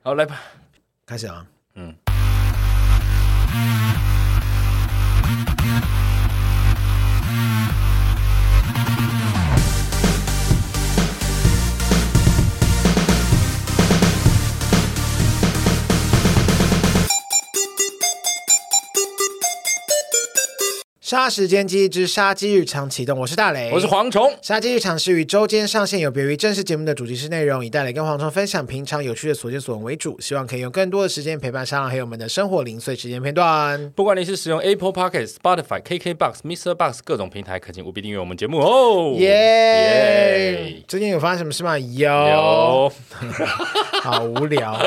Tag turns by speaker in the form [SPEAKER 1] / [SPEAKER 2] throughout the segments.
[SPEAKER 1] 好，来吧。
[SPEAKER 2] 开始啊，
[SPEAKER 1] 嗯。
[SPEAKER 2] 杀时间机之杀鸡日常启动，我是大雷，
[SPEAKER 1] 我是蝗虫。
[SPEAKER 2] 杀鸡日常是与周间上线，有别于正式节目的主题式内容，以带来跟蝗虫分享平常有趣的所见所闻为主，希望可以用更多的时间陪伴沙浪，还有我们的生活零碎时间片段。
[SPEAKER 1] 不管你是使用 Apple Pocket、Spotify、KKBox、Mr. Box 各种平台，可请务必订阅我们节目哦！
[SPEAKER 2] 耶
[SPEAKER 1] 耶！
[SPEAKER 2] 最近有发生什么事吗？有，
[SPEAKER 1] 有，
[SPEAKER 2] 好无聊。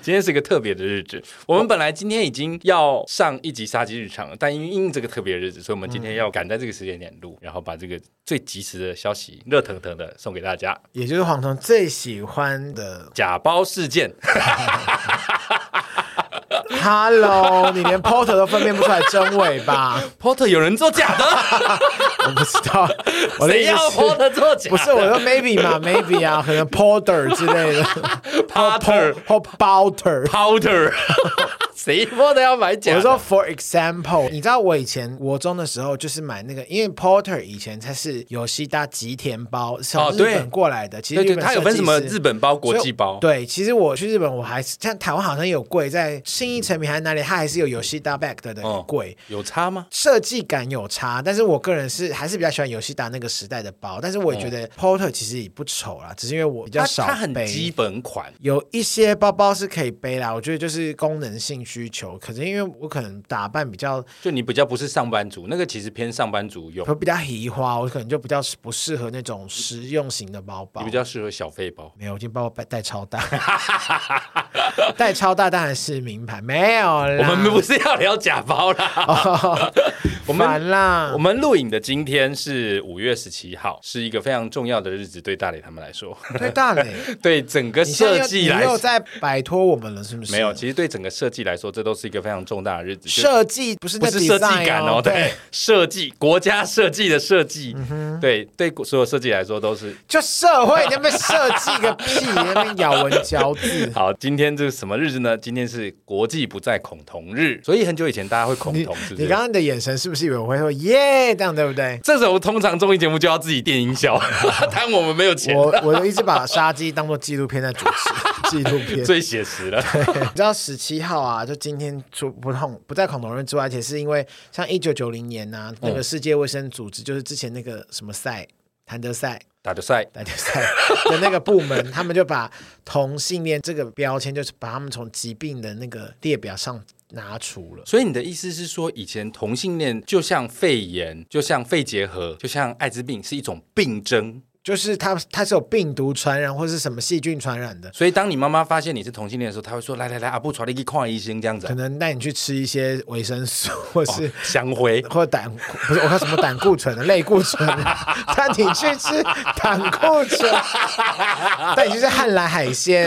[SPEAKER 1] 今天是一个特别的日子。我们本来今天已经要上一集杀鸡日常了，但因为因这个特别的日子，所以我们今天要赶在这个时间点
[SPEAKER 2] 嗯
[SPEAKER 1] 录，然后把这个最及时的消息热腾腾的送给大家。
[SPEAKER 2] 也就是蝗虫最喜欢的
[SPEAKER 1] 假包事件，
[SPEAKER 2] Hello，你连 Porter 都分辨不出来真伪吧？
[SPEAKER 1] Porter 有人做假的，
[SPEAKER 2] 我不知道， 我的
[SPEAKER 1] 谁
[SPEAKER 2] 意思
[SPEAKER 1] 要
[SPEAKER 2] 是
[SPEAKER 1] Porter 做假的？
[SPEAKER 2] 不是，我说 maybe 嘛，maybe 啊，可能 porter 之 类的
[SPEAKER 1] Porter
[SPEAKER 2] 或 porter。
[SPEAKER 1] Porter，谁 Porter 要买假的？
[SPEAKER 2] 我说，for example，你知道我以前国中的时候就是买那个，因为 porter 以前它是有西达吉田包，是从
[SPEAKER 1] 哦
[SPEAKER 2] 日
[SPEAKER 1] 对
[SPEAKER 2] 本过来的。其实
[SPEAKER 1] 对对，
[SPEAKER 2] 日本
[SPEAKER 1] 它有
[SPEAKER 2] 设
[SPEAKER 1] 分
[SPEAKER 2] 计
[SPEAKER 1] 什么
[SPEAKER 2] 师
[SPEAKER 1] 日本包、国际包。
[SPEAKER 2] 对，其实我去日本，我还是像台湾好像有柜，在信义成品还是哪里，它还是有有西达 back 的的
[SPEAKER 1] 嗯
[SPEAKER 2] 柜。
[SPEAKER 1] 有差吗？
[SPEAKER 2] 设计感有差，但是我个人是还是比较喜欢尤西达那个时代的包，但是我也觉得 Porter 其实也不丑啦，只是因为我比较
[SPEAKER 1] 哦它
[SPEAKER 2] 少
[SPEAKER 1] 它很
[SPEAKER 2] 背。
[SPEAKER 1] 基本款，
[SPEAKER 2] 有一些包包是可以背啦，我觉得就是功能性需求。可是因为我可能打扮比较
[SPEAKER 1] 就你比较不是上班族，那个其实偏上班族用，
[SPEAKER 2] 比较喜花，我可能就比较不适合那种实用型的包包
[SPEAKER 1] 你比。较适合小费包。
[SPEAKER 2] 没有，我今天包包带带超大，带超大当然是名牌，没有
[SPEAKER 1] 我
[SPEAKER 2] 啦。
[SPEAKER 1] 们不是要聊假包啦，我们
[SPEAKER 2] 烦啦
[SPEAKER 1] 我。们录影的今天是五月十七号，是一个非常重要的日子，对大磊他们来说，
[SPEAKER 2] 对大磊，
[SPEAKER 1] 对整个
[SPEAKER 2] 你现在
[SPEAKER 1] 设
[SPEAKER 2] 又
[SPEAKER 1] 计
[SPEAKER 2] 你
[SPEAKER 1] 来
[SPEAKER 2] 又
[SPEAKER 1] 说，
[SPEAKER 2] 在摆脱我们了，是不是？
[SPEAKER 1] 没有，其实对整个设计来说，这都是一个非常重大的日子。就
[SPEAKER 2] 设计不是
[SPEAKER 1] 不
[SPEAKER 2] 那
[SPEAKER 1] 是设计
[SPEAKER 2] design 嗯
[SPEAKER 1] 感哦，对，设计国家设计的设计，对对，所有设计来说都是
[SPEAKER 2] 就社会那边设计个屁，那边咬文嚼字。
[SPEAKER 1] 好。今天这是什么日子呢？今天是国际不再恐同日，所以很久以前大家会恐
[SPEAKER 2] 你
[SPEAKER 1] 同，是不
[SPEAKER 2] 你
[SPEAKER 1] 是
[SPEAKER 2] 刚？刚的眼神是不是以为我会说耶这样对不对？
[SPEAKER 1] 这时候通常综艺节目就要自己电音 效，贪我们没有钱，
[SPEAKER 2] 我我就一直把杀鸡当做纪录片在主持，纪录片。
[SPEAKER 1] 最写实了。
[SPEAKER 2] 你知道十七号啊，就今天除不痛不在恐同人之外，而且是因为像一九九零年呐、那个世界卫生组织就是之前那个什么赛，谭德赛。
[SPEAKER 1] 打球赛，
[SPEAKER 2] 大家赛 的那个部门，他们就把同性恋这个标签，就是把他们从疾病的那个列表上拿除了。
[SPEAKER 1] 所以你的意思是说，以前同性恋就像肺炎，就像肺结核，就像艾滋病是一种病症。
[SPEAKER 2] 就是它它是有病毒传染或是什么细菌传染的，
[SPEAKER 1] 所以当你妈妈发现你是同性恋的时候，她会说：“来来来，阿布传你去看医生，这样子啊
[SPEAKER 2] 可。能带你去吃一些维生素
[SPEAKER 1] 哦
[SPEAKER 2] 或是、
[SPEAKER 1] 香灰，
[SPEAKER 2] 或者胆不是我看什么胆固醇 啊的类固醇，啊带你去吃胆 固醇，带你去吃汉来海鲜，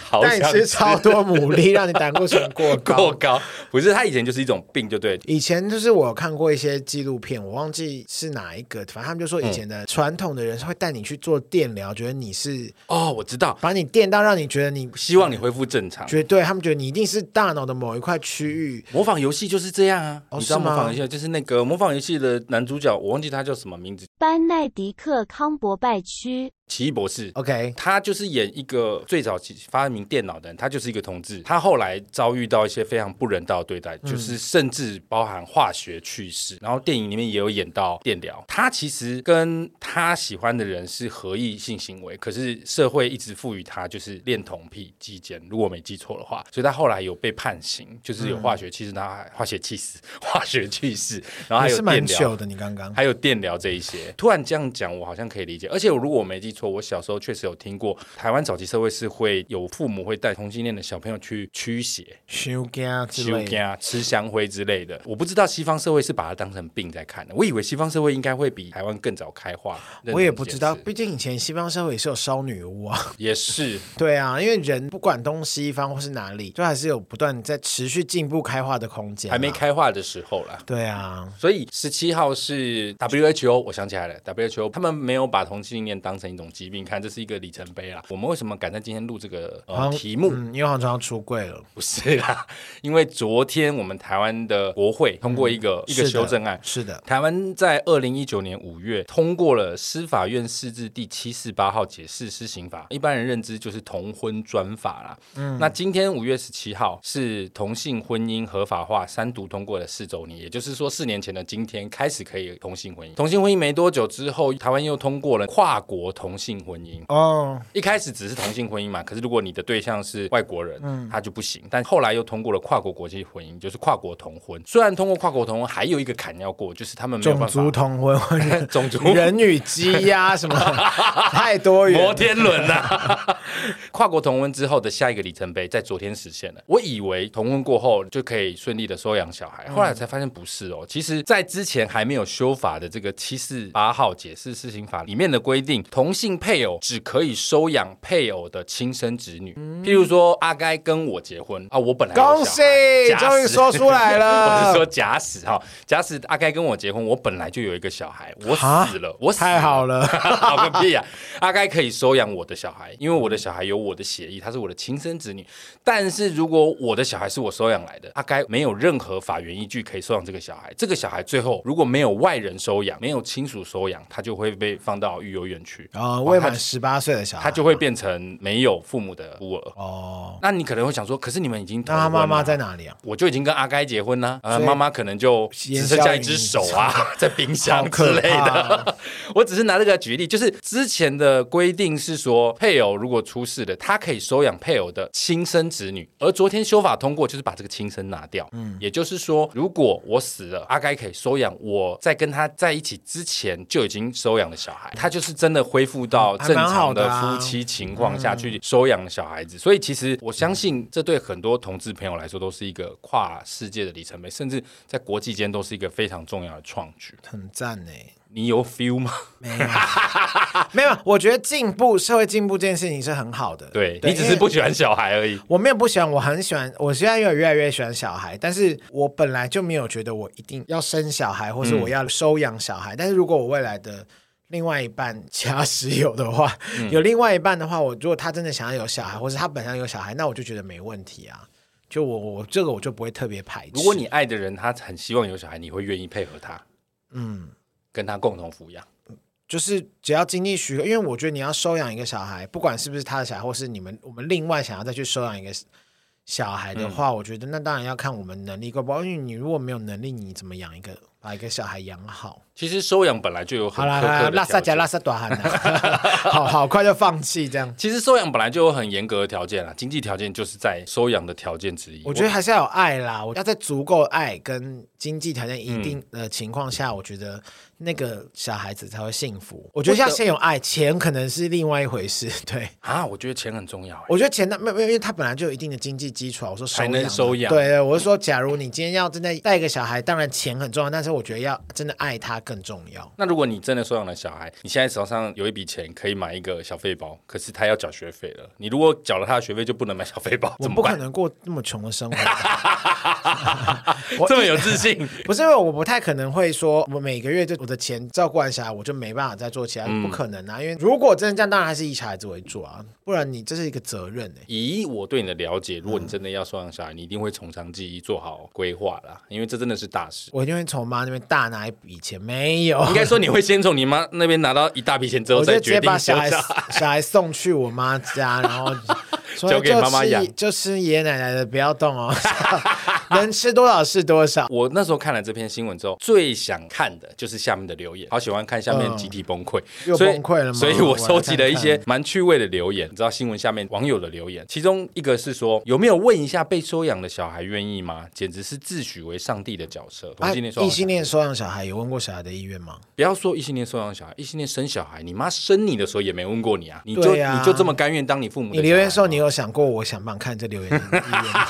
[SPEAKER 1] 好
[SPEAKER 2] 带你
[SPEAKER 1] 想
[SPEAKER 2] 吃超多牡蛎，让你胆固醇过高。
[SPEAKER 1] 过高，不是他以前就是一种病，就对。
[SPEAKER 2] 以前就是我有看过一些纪录片，我忘记是哪一个，反正他们就说
[SPEAKER 1] 嗯
[SPEAKER 2] 以前的传统的人是会带你去做电疗，觉得你是
[SPEAKER 1] 哦，我知道，
[SPEAKER 2] 把你电到，让你觉得你
[SPEAKER 1] 希望你恢复正常。
[SPEAKER 2] 绝对，他们觉得你一定是大脑的某一块区域。
[SPEAKER 1] 模仿游戏就是这样啊，
[SPEAKER 2] 哦
[SPEAKER 1] 你知道
[SPEAKER 2] 是吗
[SPEAKER 1] 模仿游戏就是那个模仿游戏的男主角，我忘记他叫什么名字，
[SPEAKER 3] 班奈迪克康伯拜区。
[SPEAKER 1] 奇异博士。
[SPEAKER 2] OK，
[SPEAKER 1] 他就是演一个最早起发明电脑的人，他就是一个同志。他后来遭遇到一些非常不人道的对待，就是甚至包含化学去世。然后电影里面也有演到电疗。他其实跟他喜欢的人是合意性行为，可是社会一直赋予他就是恋童癖、基检，如果没记错的话，所以他后来有被判刑，就是有化学去世，他还化学去世，化学去世，然后还
[SPEAKER 2] 嗯也
[SPEAKER 1] 有
[SPEAKER 2] 是
[SPEAKER 1] 电
[SPEAKER 2] 蛮
[SPEAKER 1] 疗
[SPEAKER 2] 久的，你刚刚。
[SPEAKER 1] 还有电疗这一些。突然这样讲，我好像可以理解。而且如果我没记错，我小时候确实有听过，台湾早期社会是会有父母会带同性恋的小朋友去驱邪、
[SPEAKER 2] 修家之
[SPEAKER 1] 修
[SPEAKER 2] 类的，
[SPEAKER 1] 家、吃香灰之类的。我不知道西方社会是把它当成病在看的，我以为西方社会应该会比台湾更早开化。
[SPEAKER 2] 我也不知道，
[SPEAKER 1] 认同
[SPEAKER 2] 毕竟以前西方社会也是有烧女巫啊。
[SPEAKER 1] 这件事也是。
[SPEAKER 2] 对啊，因为人不管东西方或是哪里，就还是有不断在持续进步开化的空间啊。
[SPEAKER 1] 还没开化的时候啦，
[SPEAKER 2] 对啊，
[SPEAKER 1] 所以十七号是 WHO，我想起来了，WHO 他们没有把同性恋当成一种种疾病看，这是一个里程碑啦。我们为什么敢在今天录这个、
[SPEAKER 2] 好
[SPEAKER 1] 呃、
[SPEAKER 2] 像
[SPEAKER 1] 题目？
[SPEAKER 2] 嗯，因为好像要出柜了，
[SPEAKER 1] 不是啦， 因为昨天我们台湾的国会通过一个、一个
[SPEAKER 2] 嗯是的
[SPEAKER 1] 修正案。
[SPEAKER 2] 是的，
[SPEAKER 1] 台湾在二零一九年五月通过了《司法院释字第七四八号解释施行法》，一般人认知就是同婚专法啦。嗯，那今天五月十七号是同性婚姻合法化三读通过的四周年，也就是说四年前的今天开始可以同性婚姻。同性婚姻没多久之后，台湾又通过了跨国同性婚姻。
[SPEAKER 2] 哦，
[SPEAKER 1] 一开始只是同性婚姻嘛，可是如果你的对象是外国人，
[SPEAKER 2] 嗯
[SPEAKER 1] 他就不行。但后来又通过了跨国国际婚姻，就是跨国同婚。虽然通过跨国同婚，还有一个坎要过，就是他们没有
[SPEAKER 2] 种
[SPEAKER 1] 办法
[SPEAKER 2] 族 同婚，
[SPEAKER 1] 种族
[SPEAKER 2] 人与鸡呀什么， 太多元
[SPEAKER 1] 摩
[SPEAKER 2] 了，
[SPEAKER 1] 天轮呐、啊！ 跨国同婚之后的下一个里程碑，在昨天实现了。我以为同婚过后就可以顺利的收养小孩，
[SPEAKER 2] 嗯
[SPEAKER 1] 后来才发现不是哦。其实，在之前还没有修法的这个七四八号解释施行法里面的规定，同性配偶只可以收养配偶的亲生子女。譬如说，阿该跟我结婚啊，我本来有
[SPEAKER 2] 嗯恭
[SPEAKER 1] 小
[SPEAKER 2] 喜
[SPEAKER 1] 孩假，
[SPEAKER 2] 终于
[SPEAKER 1] 使
[SPEAKER 2] 说出来
[SPEAKER 1] 我是
[SPEAKER 2] 了
[SPEAKER 1] 说，假使哈，假使阿该跟我结婚，我本来就有一个小孩，我
[SPEAKER 2] 啊
[SPEAKER 1] 死了，我死
[SPEAKER 2] 太好了
[SPEAKER 1] 好个屁呀、阿该可以收养我的小孩，因为我的小孩有我的血裔，他是我的亲生子女。但是如果我的小孩是我收养来的，阿该没有任何法源依据可以收养这个小孩。这个小孩最后如果没有外人收养，没有亲属收养，他就会被放到育幼院去，
[SPEAKER 2] 然后哦未
[SPEAKER 1] 他
[SPEAKER 2] 满十八岁的小孩，
[SPEAKER 1] 他就会变成没有父母的孤儿。
[SPEAKER 2] 哦，
[SPEAKER 1] 那你可能会想说，可是你们已经
[SPEAKER 2] 那他
[SPEAKER 1] 同婚
[SPEAKER 2] 妈妈
[SPEAKER 1] 了
[SPEAKER 2] 在哪里啊？
[SPEAKER 1] 我就已经跟阿该结婚啦，呃，
[SPEAKER 2] 所以
[SPEAKER 1] 妈妈可能就
[SPEAKER 2] 烟
[SPEAKER 1] 只剩下
[SPEAKER 2] 消
[SPEAKER 1] 一只
[SPEAKER 2] 云
[SPEAKER 1] 手啊， 在冰箱
[SPEAKER 2] 好
[SPEAKER 1] 之
[SPEAKER 2] 可
[SPEAKER 1] 类
[SPEAKER 2] 怕啊
[SPEAKER 1] 的。我只是拿这个举例，就是之前的规定是说，配偶如果出事了，他可以收养配偶的亲生子女，而昨天修法通过，就是把这个亲生拿掉。嗯，也就是说，如果我死了，阿该可以收养我在跟他在一起之前就已经收养的小孩，他就是真的恢复到
[SPEAKER 2] 还
[SPEAKER 1] 正
[SPEAKER 2] 嗯蛮好
[SPEAKER 1] 常
[SPEAKER 2] 的
[SPEAKER 1] 的
[SPEAKER 2] 啊
[SPEAKER 1] 夫妻。期情况下去收养小孩子，所以其实我相信这对很多同志朋友来说都是一个跨世界的里程碑，甚至在国际间都是一个非常重要的创举。
[SPEAKER 2] 很赞呢。
[SPEAKER 1] 你有 feel 吗？
[SPEAKER 2] 没有，我觉得进步，社会进步这件事情是很好的。
[SPEAKER 1] 对你只是。
[SPEAKER 2] 因
[SPEAKER 1] 不
[SPEAKER 2] 为
[SPEAKER 1] 喜欢小孩而已。
[SPEAKER 2] 我没有不喜欢，我很喜欢。我现在越来越来越喜欢小孩，但是我本来就没有觉得我一定要生小孩，或
[SPEAKER 1] 嗯
[SPEAKER 2] 是我要收养小孩。但是如果我未来的另外一半假使有的话，
[SPEAKER 1] 嗯
[SPEAKER 2] 有另外一半的话，我如果他真的想要有小孩，或是他本身有小孩，那我就觉得没问题啊。就我我这个我就不会特别排斥。
[SPEAKER 1] 如果你爱的人他很希望有小孩，你会愿意配合他，
[SPEAKER 2] 嗯，
[SPEAKER 1] 跟他共同抚养。
[SPEAKER 2] 就是只要经济许可，因为我觉得你要收养一个小孩，不管是不是他的小孩，或是你们我们另外想要再去收养一个小孩的
[SPEAKER 1] 嗯
[SPEAKER 2] 话，我觉得那当然要看我们能力够不够。因为你如果没有能力，你怎么养一个把一个小孩养好？
[SPEAKER 1] 其实收养本来就有很
[SPEAKER 2] 好
[SPEAKER 1] 苛
[SPEAKER 2] 啦，啦
[SPEAKER 1] 刻的
[SPEAKER 2] 拉
[SPEAKER 1] 条
[SPEAKER 2] 萨加
[SPEAKER 1] 件
[SPEAKER 2] 拉。萨短喊啦，啊 好好快就放弃这样。
[SPEAKER 1] 其实收养本来就有很严格的条件啦，经济条件就是在收养的条件之一。
[SPEAKER 2] 我觉得还是要有爱啦，我要在足够爱跟经济条件一定
[SPEAKER 1] 嗯
[SPEAKER 2] 的情况下，我觉得那个小孩子才会幸福。我觉得要先有爱，钱可能是另外一回事， 对。
[SPEAKER 1] 啊，我觉得钱很重要、欸。
[SPEAKER 2] 我觉得钱的没有没有，因为他本来就有一定的经济基础啊。我说收养
[SPEAKER 1] 才能收养
[SPEAKER 2] 对对，我是说，假如你今天要真的带一个小孩，当然钱很重要，但是我觉得要真的爱他更重要。
[SPEAKER 1] 那如果你真的收养了小孩，你现在手上有一笔钱可以买一个小费包，可是他要缴学费了。你如果缴了他的学费，就不能买小费包，
[SPEAKER 2] 我
[SPEAKER 1] 怎么
[SPEAKER 2] 不可
[SPEAKER 1] 办？
[SPEAKER 2] 能过那么穷的生活， 我
[SPEAKER 1] 这么有自信，
[SPEAKER 2] 不是因为我不太可能会说，我每个月就我的钱照顾完小孩，我就没办法再做其
[SPEAKER 1] 嗯
[SPEAKER 2] 他，不可能啊！因为如果真的这样，当然还是以小孩子为主啊，不然你这是一个责任哎、
[SPEAKER 1] 以我对你的了解，如果
[SPEAKER 2] 嗯
[SPEAKER 1] 你真的要收养小孩，你一定会从长计议，做好规划啦，因为这真的是大 事。
[SPEAKER 2] 我一定会从我妈那边大拿一笔钱，没有，
[SPEAKER 1] 应该说你会先从你妈那边拿到一大笔钱之后，
[SPEAKER 2] 我就
[SPEAKER 1] 再
[SPEAKER 2] 直接
[SPEAKER 1] 决定
[SPEAKER 2] 把小
[SPEAKER 1] 收
[SPEAKER 2] 孩
[SPEAKER 1] 养。
[SPEAKER 2] 小孩送去我妈家，然后说
[SPEAKER 1] 交给
[SPEAKER 2] 就
[SPEAKER 1] 妈妈
[SPEAKER 2] 吃
[SPEAKER 1] 养
[SPEAKER 2] 就吃爷爷奶奶的，不要动哦， 能吃多少是多少。
[SPEAKER 1] 我那时候看了这篇新闻之后，最想看的就是下面的留言，好喜欢看下面集体崩溃，
[SPEAKER 2] 又
[SPEAKER 1] 所以
[SPEAKER 2] 崩溃了吗
[SPEAKER 1] 所以我收集了一
[SPEAKER 2] 我来
[SPEAKER 1] 些
[SPEAKER 2] 看啊
[SPEAKER 1] 蛮趣味的留言，你知道新闻下面网友的留言，其中一个是说有没有问一下被收养的小孩愿意吗？简直是自诩为上帝的角色。同性恋收养
[SPEAKER 2] 异
[SPEAKER 1] 小
[SPEAKER 2] 性
[SPEAKER 1] 孩，
[SPEAKER 2] 恋收养小孩有问过小孩的意愿吗？
[SPEAKER 1] 不要说异性恋收养小孩，异性恋生小孩，你妈生你的时候也没问过你啊，你就、
[SPEAKER 2] 对啊
[SPEAKER 1] 你就这么甘愿当你父母的
[SPEAKER 2] 你留
[SPEAKER 1] 小孩
[SPEAKER 2] 言的时候，
[SPEAKER 1] 吗
[SPEAKER 2] 你有想过我想不想看这留言的意愿吗？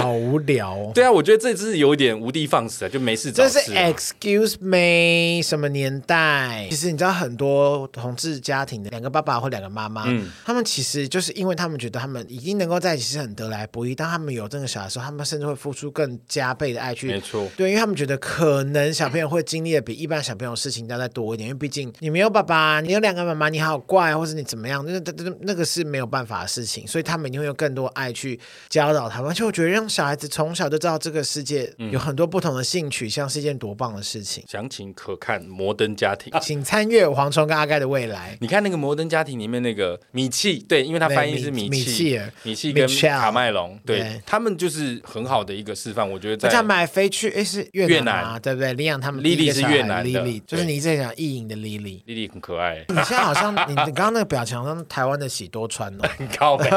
[SPEAKER 2] 好无聊哦。
[SPEAKER 1] 对啊，我觉得这次有点无地放矢啊，就没事找
[SPEAKER 2] 这是
[SPEAKER 1] 事啊。
[SPEAKER 2] Excuse me 什么年代？其实你知道很多同志家庭的两个爸爸或两个妈妈，
[SPEAKER 1] 嗯
[SPEAKER 2] 他们其实就是因为他们觉得他们已经能够在一起是很得来不易，当他们有这个小孩的时候，他们甚至会付出更加倍的爱去。
[SPEAKER 1] 没错
[SPEAKER 2] 对，因为他们觉得可能小朋友会经历的比一般小朋友的事情要再多一点，因为毕竟你没有爸爸，你有两个妈妈，你好怪，或者你怎么样，那那那那个是没有办法的事情，所以他们一定会用更多爱去教导他们。而且我觉得让小孩子从小就知道这个世界有很多不同的性取向是一件多棒的事情。
[SPEAKER 1] 详情可看《摩登家庭》
[SPEAKER 2] 请参阅蝗虫跟阿盖的未来。
[SPEAKER 1] 你看那个《摩登家庭》里面那个米奇，对，因为他翻译是
[SPEAKER 2] 对米
[SPEAKER 1] 米
[SPEAKER 2] 米契
[SPEAKER 1] 奇
[SPEAKER 2] 尔，
[SPEAKER 1] 米奇跟
[SPEAKER 2] Michelle
[SPEAKER 1] 卡麦隆，对
[SPEAKER 2] 对
[SPEAKER 1] 他们就是很好的一个示范。我觉得
[SPEAKER 2] 而且
[SPEAKER 1] 在
[SPEAKER 2] 他们还飞去，诶，是越南啊，
[SPEAKER 1] 越南
[SPEAKER 2] 对不对？领养他们
[SPEAKER 1] Lily
[SPEAKER 2] 第一个
[SPEAKER 1] 是
[SPEAKER 2] 小孩
[SPEAKER 1] 越南的
[SPEAKER 2] ，Lily 就是
[SPEAKER 1] 对
[SPEAKER 2] 你在讲意淫的 Lily。
[SPEAKER 1] 莉莉很可爱，
[SPEAKER 2] 你现在好像你你刚刚那个表情，好像台湾的喜多川 哦，
[SPEAKER 1] 很高呗。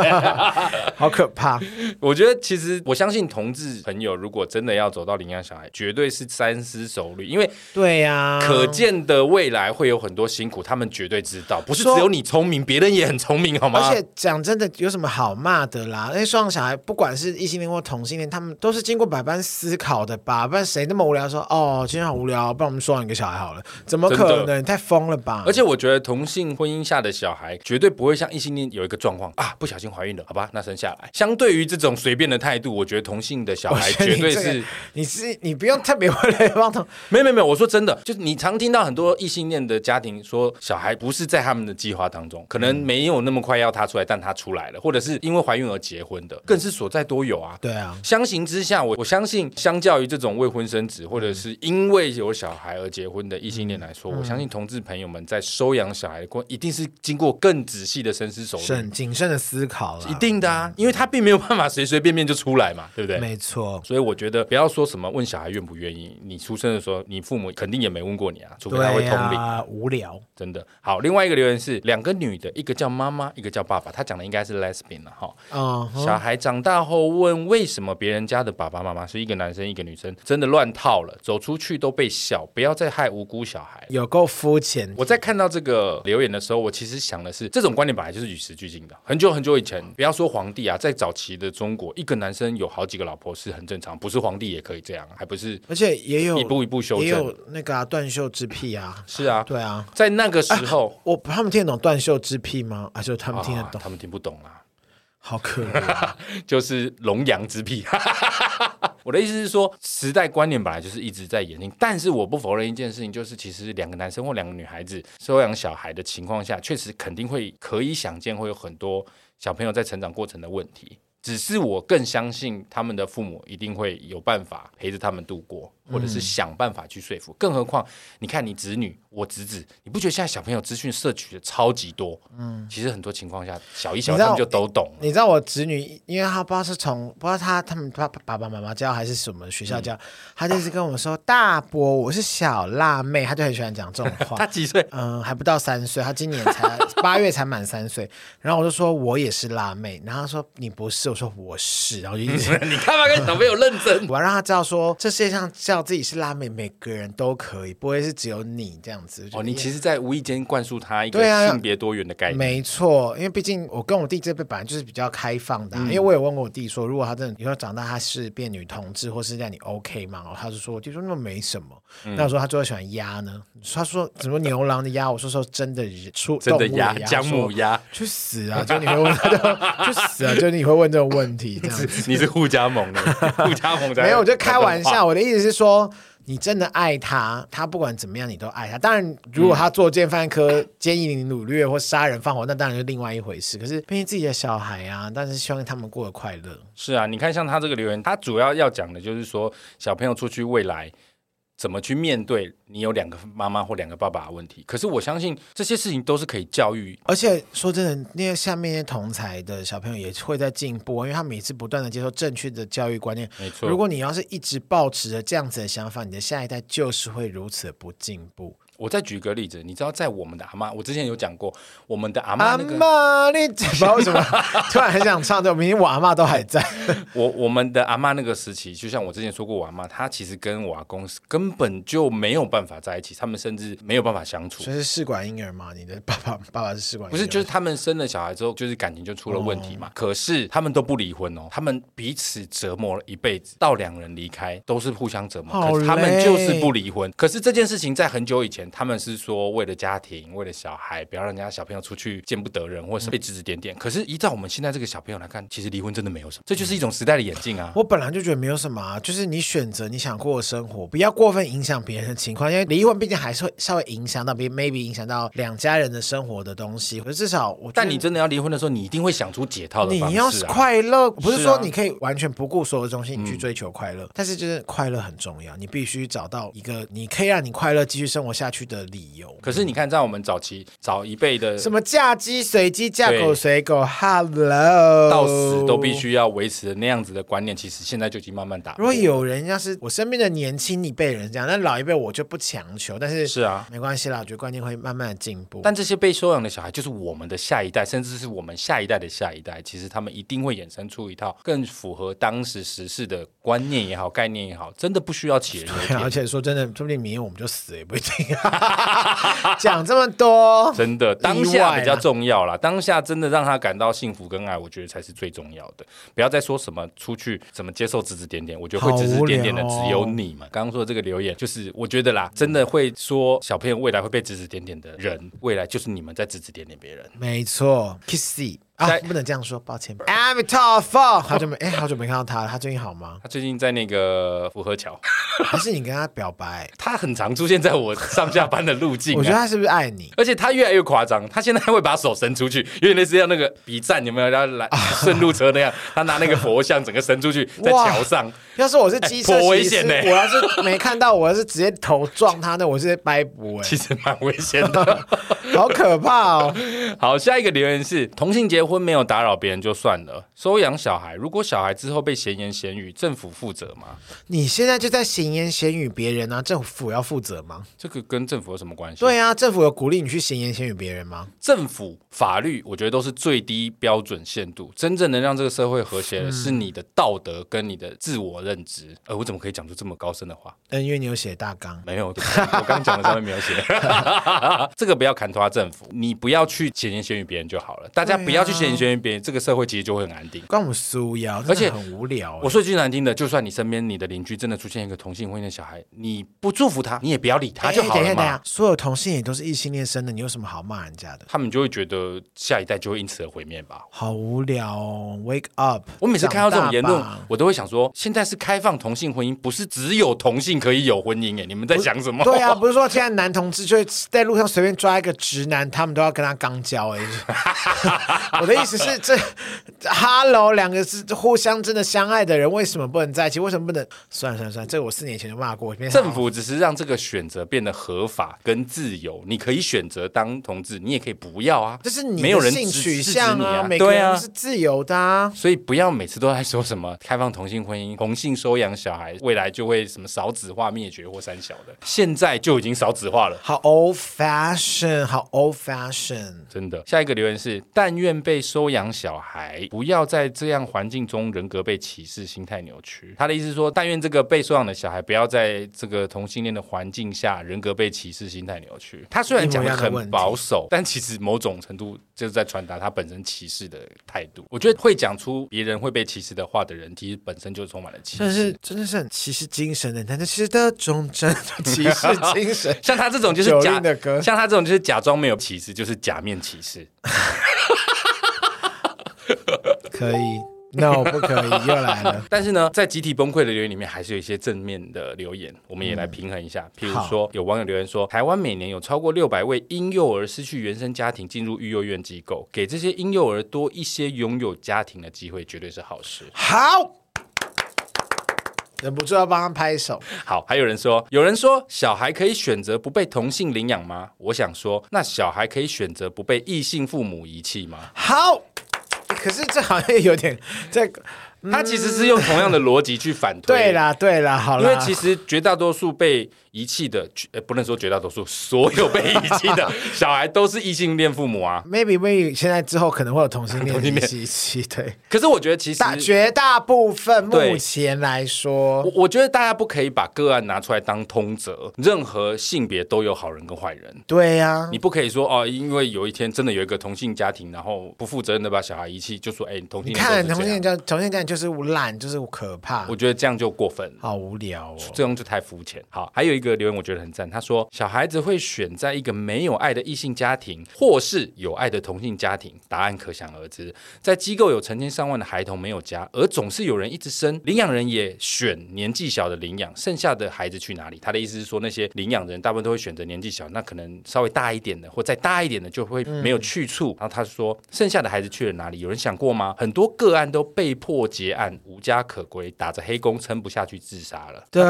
[SPEAKER 2] 好可怕。
[SPEAKER 1] 我觉得其实我相信同志朋友，如果真的要走到领养小孩，绝对是三思熟虑，因为
[SPEAKER 2] 对呀、
[SPEAKER 1] 可见的未来会有很多辛苦，他们绝对知道，不是只
[SPEAKER 2] 说
[SPEAKER 1] 有你聪明，别人也很聪明，好吗？嗯
[SPEAKER 2] 而且讲真的，有什么好骂的啦？那双小孩，不管是异性恋或同性恋，他们都是经过百般思考的吧？不然谁那么无聊说哦，今天好无聊，不然我们收养一个小孩好了？怎么可
[SPEAKER 1] 真
[SPEAKER 2] 能？你太疯了吧！
[SPEAKER 1] 而且我觉得同性婚姻下的小孩绝对不会像异性恋有一个状况啊，不小心怀孕了，好吧，那生下来。相对于这种随便的态度，我觉得同性的小
[SPEAKER 2] 我
[SPEAKER 1] 孩
[SPEAKER 2] 觉得
[SPEAKER 1] 绝
[SPEAKER 2] 你
[SPEAKER 1] 对
[SPEAKER 2] 这个
[SPEAKER 1] 是
[SPEAKER 2] 你是你不用特别为了帮同，
[SPEAKER 1] 没有没有没有。我说真的，就是你常听到很多异性恋的家庭说，小孩不是在他们的计划当中，可能没有那么快要他出来，但他出来了，或者是因为怀孕而结婚的，更是所在多有啊。
[SPEAKER 2] 对啊，
[SPEAKER 1] 相形之下，我我相信，相较于这种未婚生子，或者是因为有小孩而结婚的异性恋来
[SPEAKER 2] 嗯
[SPEAKER 1] 说，我相信同志朋友们在收养小孩的过，一定是经过更仔细的深思熟虑，
[SPEAKER 2] 慎谨慎的思考了，
[SPEAKER 1] 一定的啊，因为他并没有办法随随便便就出来嘛，对不对？
[SPEAKER 2] 嗯没错。
[SPEAKER 1] 所以我觉得不要说什么问小孩愿不愿意，你出生的时候，你父母肯定也没问过你啊，除非他会
[SPEAKER 2] 对
[SPEAKER 1] 通
[SPEAKER 2] 呀、
[SPEAKER 1] 灵，
[SPEAKER 2] 无聊。
[SPEAKER 1] 真的。好，另外一个留言是两个女的，一个叫妈妈，一个叫爸爸，他讲的应该是 lesbian 了哈。
[SPEAKER 2] 嗯哼，
[SPEAKER 1] 小孩长大后问为什么别人家的爸爸妈妈是一个男生一个女生，真的乱套了，走出去都被笑，不要再害无辜小孩。
[SPEAKER 2] 有够肤浅。
[SPEAKER 1] 我在看到这个留言的时候，我其实想的是，这种观点本来就是与时俱进的。很久很久以前，不要说皇帝啊，在早期的中国，一个男生有好几个老婆是很正常，不是皇帝也可以这样，还不是
[SPEAKER 2] 而且也有
[SPEAKER 1] 一步一步修
[SPEAKER 2] 也
[SPEAKER 1] 正？
[SPEAKER 2] 有那个啊，断袖之癖啊，
[SPEAKER 1] 是啊，
[SPEAKER 2] 对啊，
[SPEAKER 1] 在那个时候，
[SPEAKER 2] 我他们听得懂断袖之癖吗？还是他 们听得
[SPEAKER 1] 啊
[SPEAKER 2] 懂？
[SPEAKER 1] 他们听不懂啦。
[SPEAKER 2] 好可怜，
[SPEAKER 1] 就是龙阳之癖。 我的意思是说，时代观念本来就是一直在演进，但是我不否认一件事情，就是其实两个男生或两个女孩子收养小孩的情况下，确实肯定会可以想见会有很多小朋友在成长过程的问题。只是我更相信他们的父母一定会有办法陪着他们度过，或者是想办法去说服。更何况，你看你侄女，我侄子，你不觉得现在小朋友资讯摄取的超级多？嗯，其实很多情况下，小一、小二
[SPEAKER 2] 你知道
[SPEAKER 1] 他们就都懂了。
[SPEAKER 2] 你知道我侄女，因为她不知道是从不知道她他们爸爸爸妈妈教还是什么学校教，
[SPEAKER 1] 嗯
[SPEAKER 2] 她就是跟我说大伯我是小辣妹，她就很喜欢讲这种话
[SPEAKER 1] 他。 几岁？
[SPEAKER 2] 嗯，还不到三岁，她今年 才八月才满三岁。然后我就说我也是辣妹，然后她说你不是，我说我是，然后就一 直
[SPEAKER 1] 你干嘛跟小朋友认真？
[SPEAKER 2] 我要让她知道说这世界上叫自己是辣妹，每个人都可以，不会是只有你这样子。
[SPEAKER 1] 哦，
[SPEAKER 2] 就
[SPEAKER 1] 你其实，在无意间灌输他一个
[SPEAKER 2] 对啊
[SPEAKER 1] 性别多元的概念。
[SPEAKER 2] 没错，因为毕竟我跟我弟这辈本来就是比较开放的啊、
[SPEAKER 1] 嗯
[SPEAKER 2] 因为我有问过我弟说，如果他真的以后长大他是变女同志或是让你 OK 吗？然后他就说，我弟说那没什么。
[SPEAKER 1] 嗯
[SPEAKER 2] 那我说他最后喜欢鸭呢？他说怎么牛郎的鸭？我说说真的人出
[SPEAKER 1] 真的
[SPEAKER 2] 动物
[SPEAKER 1] 鸭，
[SPEAKER 2] 的
[SPEAKER 1] 姜母
[SPEAKER 2] 说
[SPEAKER 1] 鸭，
[SPEAKER 2] 去死啊！就你会问他就去死啊！就你会问这种问题这样子。
[SPEAKER 1] 你 是互加盟的， 互加盟在
[SPEAKER 2] 没有，我就开玩。
[SPEAKER 1] 在
[SPEAKER 2] 笑。我的意思是说，你真的爱他，他不管怎么样，你都爱他。当然，如果他作奸犯 科、奸淫掳掠或杀人放火，那当然是另外一回事。可是，毕竟自己的小孩啊，但是希望他们过得快乐。
[SPEAKER 1] 是啊，你看像他这个留言，他主要要讲的就是说，小朋友出去未来怎么去面对你有两个妈妈或两个爸爸的问题。可是我相信这些事情都是可以教育
[SPEAKER 2] 而且说真的，那些下面那些同才的小朋友也会在进步，因为他们也是不断的接受正确的教育观念。
[SPEAKER 1] 没错
[SPEAKER 2] 如果你要是一直保持着这样子的想法，你的下一代就是会如此的不进步。
[SPEAKER 1] 我再举一个例子，你知道，在我们的阿妈，我之前有讲过，我们的阿妈
[SPEAKER 2] 阿
[SPEAKER 1] 那个，
[SPEAKER 2] 妈，你不知道为什么突然很想唱这首，明明我阿妈都还在。
[SPEAKER 1] 我我们的阿妈那个时期，就像我之前说过，我阿妈她其实跟我阿公是根本就没有办法在一起，他们甚至没有办法相处
[SPEAKER 2] 所。以是试管婴儿嘛？你的爸爸爸爸是试管婴
[SPEAKER 1] 不
[SPEAKER 2] 儿，
[SPEAKER 1] 是，就是他们生了小孩之后，就是感情就出了问题嘛。
[SPEAKER 2] 哦
[SPEAKER 1] 可是他们都不离婚哦，他们彼此折磨了一辈子，到两人离开都是互相折磨。
[SPEAKER 2] 好
[SPEAKER 1] 可是他们
[SPEAKER 2] 累
[SPEAKER 1] 就是不离婚。可是这件事情在很久以前，他们是说为了家庭，为了小孩，不要让人家小朋友出去见不得人，或是被指指点点。可是依照我们现在这个小朋友来看，其实离婚真的没有什么，这就是一种时代的演进啊。
[SPEAKER 2] 我本来就觉得没有什么、啊，就是你选择你想过的生活，不要过分影响别人的情况，因为离婚毕竟还是会稍微影响到，比 maybe 影响到两家人的生活的东西。可是至少我觉得，
[SPEAKER 1] 但你真的要离婚的时候，你一定会想出解套的方式、啊。
[SPEAKER 2] 你要是快乐，不是
[SPEAKER 1] 是啊嗯
[SPEAKER 2] 说你可以完全不顾所有东西，你去追求快乐，但是就是快乐很重要，你必须找到一个你可以让你快乐继续生活下去的理由。
[SPEAKER 1] 可是你看，在我们早期早一辈的
[SPEAKER 2] 什么嫁鸡随鸡，嫁
[SPEAKER 1] 对
[SPEAKER 2] 狗随狗，Hello，
[SPEAKER 1] 到死都必。须要维持那样子的观念，其实现在就已经慢慢打破。
[SPEAKER 2] 如果有人要是我身边的年轻一辈人这样，但老一辈我就不强求，但是
[SPEAKER 1] 是啊，
[SPEAKER 2] 没关系啦，我觉得观念会慢慢的进步。
[SPEAKER 1] 但这些被收养的小孩就是我们的下一代，甚至是我们下一代的下一代。其实他们一定会衍生出一套更符合当时时事的观念也好、概念也好，真的不需要杞人 忧
[SPEAKER 2] 而
[SPEAKER 1] 天。
[SPEAKER 2] 且说真的，说不定明年我们就死也不一定。啊讲这么多，
[SPEAKER 1] 真 的，当
[SPEAKER 2] 意外啊
[SPEAKER 1] 下
[SPEAKER 2] 啦
[SPEAKER 1] 比较重要啦。当下真的让他感到幸福跟爱，我觉得才是最重要的。不要再说什么出去怎么接受指指点点，我觉得会
[SPEAKER 2] 好
[SPEAKER 1] 指指点点的
[SPEAKER 2] 无聊哦
[SPEAKER 1] 只有你们。刚刚说的这个留言，就是我觉得啦，真的会说小朋友未来会被指指点点的人，未来就是你们在指指点点别人。
[SPEAKER 2] 没错，Kissy 啊
[SPEAKER 1] 在，
[SPEAKER 2] 不能这样说，抱歉。a m i t o p h o 好久 没哎，好久没看到他了，他最近好吗？
[SPEAKER 1] 他最近在那个福和桥，
[SPEAKER 2] 还是你跟他表白？
[SPEAKER 1] 他很常出现在我上下班的路径、
[SPEAKER 2] 我觉得
[SPEAKER 1] 啊。
[SPEAKER 2] 他是不是爱你？
[SPEAKER 1] 而且他越来越夸张，他现在会把手伸出去，有点类似像那个比战有没有？然后来顺路车那样，他拿那个佛像整个伸出去在
[SPEAKER 2] 哇
[SPEAKER 1] 桥上，
[SPEAKER 2] 要是我是机车
[SPEAKER 1] 哎颇危
[SPEAKER 2] 骑士
[SPEAKER 1] 险呢
[SPEAKER 2] 我要是没看到，我要是直接头撞他，那我是直接掰骨哎
[SPEAKER 1] 其，实蛮危险的。
[SPEAKER 2] 好可怕哦！
[SPEAKER 1] 好，下一个留言是：同性结婚没有打扰别人就算了，收养小孩，如果小孩之后被闲言闲语，政府负责吗？
[SPEAKER 2] 你现在就在闲言闲语别人啊，政府要负责吗？
[SPEAKER 1] 这个跟政府有什么关系？，
[SPEAKER 2] 对啊，政府有鼓励你去闲言闲语别人吗？
[SPEAKER 1] 政府法律我觉得都是最低标准限度，真正能让这个社会和谐的是你的道德跟你的自我认知。呃，我怎么可以讲出这么高深的话？
[SPEAKER 2] 但因为你有写大纲，
[SPEAKER 1] 没有，我刚刚讲的上面没有写，这个不要砍拖政府，你不要去闲言闲语别人就好了，大家
[SPEAKER 2] 对啊
[SPEAKER 1] 不要去闲言闲语别人，这个社会其实就会很安定。
[SPEAKER 2] 关我苏瑶，
[SPEAKER 1] 而且
[SPEAKER 2] 真的很无聊欸、
[SPEAKER 1] 我说句难听的，就算你身边你的邻居真的出现一个同性婚姻的小孩，你不祝福他，你也不要理他
[SPEAKER 2] 哎
[SPEAKER 1] 就好
[SPEAKER 2] 等一下，
[SPEAKER 1] 了
[SPEAKER 2] 等一
[SPEAKER 1] 嘛
[SPEAKER 2] 下。，所有同性也都是异性恋生的，你有什么好骂人家的？
[SPEAKER 1] 他们就会觉得下一代就会因此而毁灭吧。
[SPEAKER 2] 好无聊哦！Wake up！
[SPEAKER 1] 我每次看到这种言
[SPEAKER 2] 长
[SPEAKER 1] 论
[SPEAKER 2] 大吧，
[SPEAKER 1] 我都会想说，现在是开放同性婚姻，不是只有同性可以有婚姻耶？你们在想什么？
[SPEAKER 2] 对啊，不是说现在男同志就在路上随便抓一个直男，他们都要跟他刚交哎、我的意思是，这 Hello 两个是互相真的相爱的人，为什么不能在一起？为什么不能？算了算了算了，这个我四年前就骂过。没想到
[SPEAKER 1] 政府只是让这个选择变得合法跟自由，你可以选择当同志，你也可以不要啊。
[SPEAKER 2] 这是你
[SPEAKER 1] 没有
[SPEAKER 2] 的
[SPEAKER 1] 人
[SPEAKER 2] 性
[SPEAKER 1] 制
[SPEAKER 2] 取
[SPEAKER 1] 制止
[SPEAKER 2] 向
[SPEAKER 1] 你
[SPEAKER 2] 啊，
[SPEAKER 1] 啊，
[SPEAKER 2] 每个
[SPEAKER 1] 对
[SPEAKER 2] 人
[SPEAKER 1] 啊
[SPEAKER 2] 是。自由的啊。
[SPEAKER 1] 所以不要每次都在说什么开放同性婚姻、同性收养小孩，未来就会什么少子化、灭绝或三小的，现在就已经少子化了。
[SPEAKER 2] 好 old fashion，好 old fashion。
[SPEAKER 1] 真的，下一个留言是：但愿被收养小孩，不要在这样环境中人格被歧视、心态扭曲。他的意思是说，但愿这个被收养的小孩不要在这个同性恋的环境下人格被歧视、心态扭曲。他虽然讲的
[SPEAKER 2] 一模一样的问
[SPEAKER 1] 很
[SPEAKER 2] 题
[SPEAKER 1] 保守，但其实某种程度就是在传达他本身歧视的态度。我觉得会讲出别人会被歧视的话的人，其实本身就充满了歧视。
[SPEAKER 2] 真 的是，真的是很骑士精神的，但是骑士的忠贞，骑士精神
[SPEAKER 1] 像他这种就是
[SPEAKER 2] 九
[SPEAKER 1] 假
[SPEAKER 2] 令的歌
[SPEAKER 1] 像他这种就是假装没有歧视，就是假面歧视。
[SPEAKER 2] 可以，no 不可以，又来了。
[SPEAKER 1] 但是呢，在集体崩溃的留言里面，还是有一些正面的留言，我们也
[SPEAKER 2] 嗯
[SPEAKER 1] 来平衡一下。譬如说，有网友留言说，台湾每年有超过六百位婴幼儿失去原生家庭，进入育幼院机构，给这些婴幼儿多一些拥有家庭的机会，绝对是好事。
[SPEAKER 2] 好，忍不住要帮他拍手。
[SPEAKER 1] 好，还有人说，有人说小孩可以选择不被同性领养吗？我想说，那小孩可以选择不被异性父母遗弃吗？
[SPEAKER 2] 好，可是这好像有点在，
[SPEAKER 1] 他其实是用同样的逻辑去反推。
[SPEAKER 2] 嗯对啦对啦，好
[SPEAKER 1] 因
[SPEAKER 2] 啦，
[SPEAKER 1] 为其实绝大多数被遗弃的，绝呃不能说绝大多数， 所有被遗弃 的小孩都是异性恋父母啊。
[SPEAKER 2] maybe maybe 现在之后可能会有同性
[SPEAKER 1] 同性
[SPEAKER 2] 恋
[SPEAKER 1] 恋
[SPEAKER 2] 一起对，
[SPEAKER 1] 可是我觉得其实
[SPEAKER 2] 大绝大部分
[SPEAKER 1] 对
[SPEAKER 2] 目前来说
[SPEAKER 1] 我，我觉得大家不可以把个案拿出来当通则，任何性别都有好人跟坏人。
[SPEAKER 2] 对啊呀、
[SPEAKER 1] 你不可以说哦，因为有一天真的有一个同性家庭，然后不负责任的把小孩遗弃，就说哎，你同性
[SPEAKER 2] 你
[SPEAKER 1] 恋都是这
[SPEAKER 2] 看
[SPEAKER 1] 样
[SPEAKER 2] 同性恋，家同性恋就是烂，就是可怕
[SPEAKER 1] 我，觉得这样就过分了。
[SPEAKER 2] 好无聊哦。
[SPEAKER 1] 这样就太肤浅。好，还有一个留言我觉得很赞，他说小孩子会选在一个没有爱的异性家庭，或是有爱的同性家庭，答案可想而知。在机构有成千上万的孩童没有家，而总是有人一直生，领养人也选年纪小的领养，剩下的孩子去哪里？他的意思是说，那些领养人大部分都会选择年纪小，那可能稍微大一点的，或再大一点的就会没有去处。然后他说，剩下的孩子去了哪里？有人想过吗？很多个案都被迫结案，无家可归，打着黑工撑不下去自杀了。
[SPEAKER 2] 噔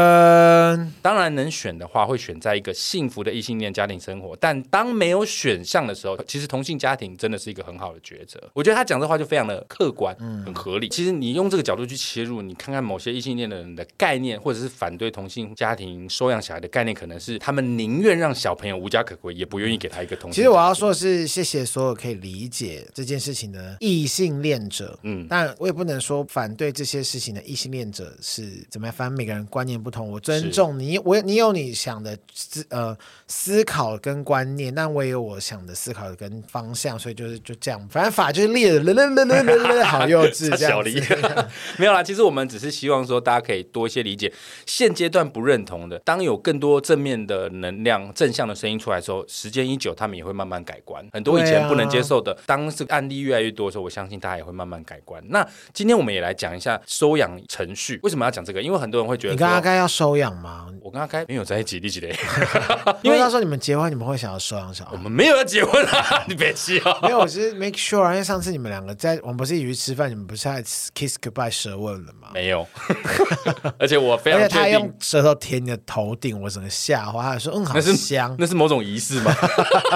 [SPEAKER 2] 噔，
[SPEAKER 1] 当然能选的话，会选在一个幸福的异性恋家庭生活。但当没有选项的时候，其实同性家庭真的是一个很好的抉择。我觉得他讲这话就非常的客观，
[SPEAKER 2] 嗯
[SPEAKER 1] 很合理。其实你用这个角度去切入，你看看某些异性恋的人的概念，或者是反对同性家庭收养小孩的概念，可能是他们宁愿让小朋友无家可归，也不愿意给他一个同性家庭。
[SPEAKER 2] 其实我要说的是，谢谢所有可以理解这件事情的异性恋者。
[SPEAKER 1] 嗯
[SPEAKER 2] 嗯，但我也不能说反对这些事情的异性恋者是怎么样，反正每个人观念不同，我尊重你，我你有你想的思呃思考跟观念，但我也有我想的思考跟方向，所以就是就这样，反正法就是列的，好幼 稚这
[SPEAKER 1] 小
[SPEAKER 2] 样
[SPEAKER 1] 黎
[SPEAKER 2] 子。
[SPEAKER 1] 没有啦，其实我们只是希望说大家可以多一些理解。现阶段不认同的，当有更多正面的能量、正向的声音出来的时候，时间一久，他们也会慢慢改观。很多以
[SPEAKER 2] 对
[SPEAKER 1] 前
[SPEAKER 2] 啊
[SPEAKER 1] 不能接受的，当这个案例越来越多的时候，我相信大家也会慢慢改观。那今天我们也来讲一下收养程序，为什么要讲这个？因为很多人会 觉得
[SPEAKER 2] 你跟阿
[SPEAKER 1] 说
[SPEAKER 2] 该要收养吗？
[SPEAKER 1] 我跟阿开没有在一起，立起嘞，因
[SPEAKER 2] 因为
[SPEAKER 1] 为
[SPEAKER 2] 他说你们结婚，你们会想要收养小
[SPEAKER 1] 我
[SPEAKER 2] 孩。
[SPEAKER 1] 们没有要结婚啊，你别 气啊、
[SPEAKER 2] 没有，我只是 make sure，啊因为上次你们两个在我们不是一起去吃饭，你们不是还 kiss goodbye 舌吻了吗？
[SPEAKER 1] 没有，而且我非
[SPEAKER 2] 而
[SPEAKER 1] 常
[SPEAKER 2] 且
[SPEAKER 1] 确
[SPEAKER 2] 他
[SPEAKER 1] 定
[SPEAKER 2] 用。舌头舔你的头顶，我整个吓坏。他说：“嗯，好
[SPEAKER 1] 那是
[SPEAKER 2] 香
[SPEAKER 1] 那是某种仪式吗？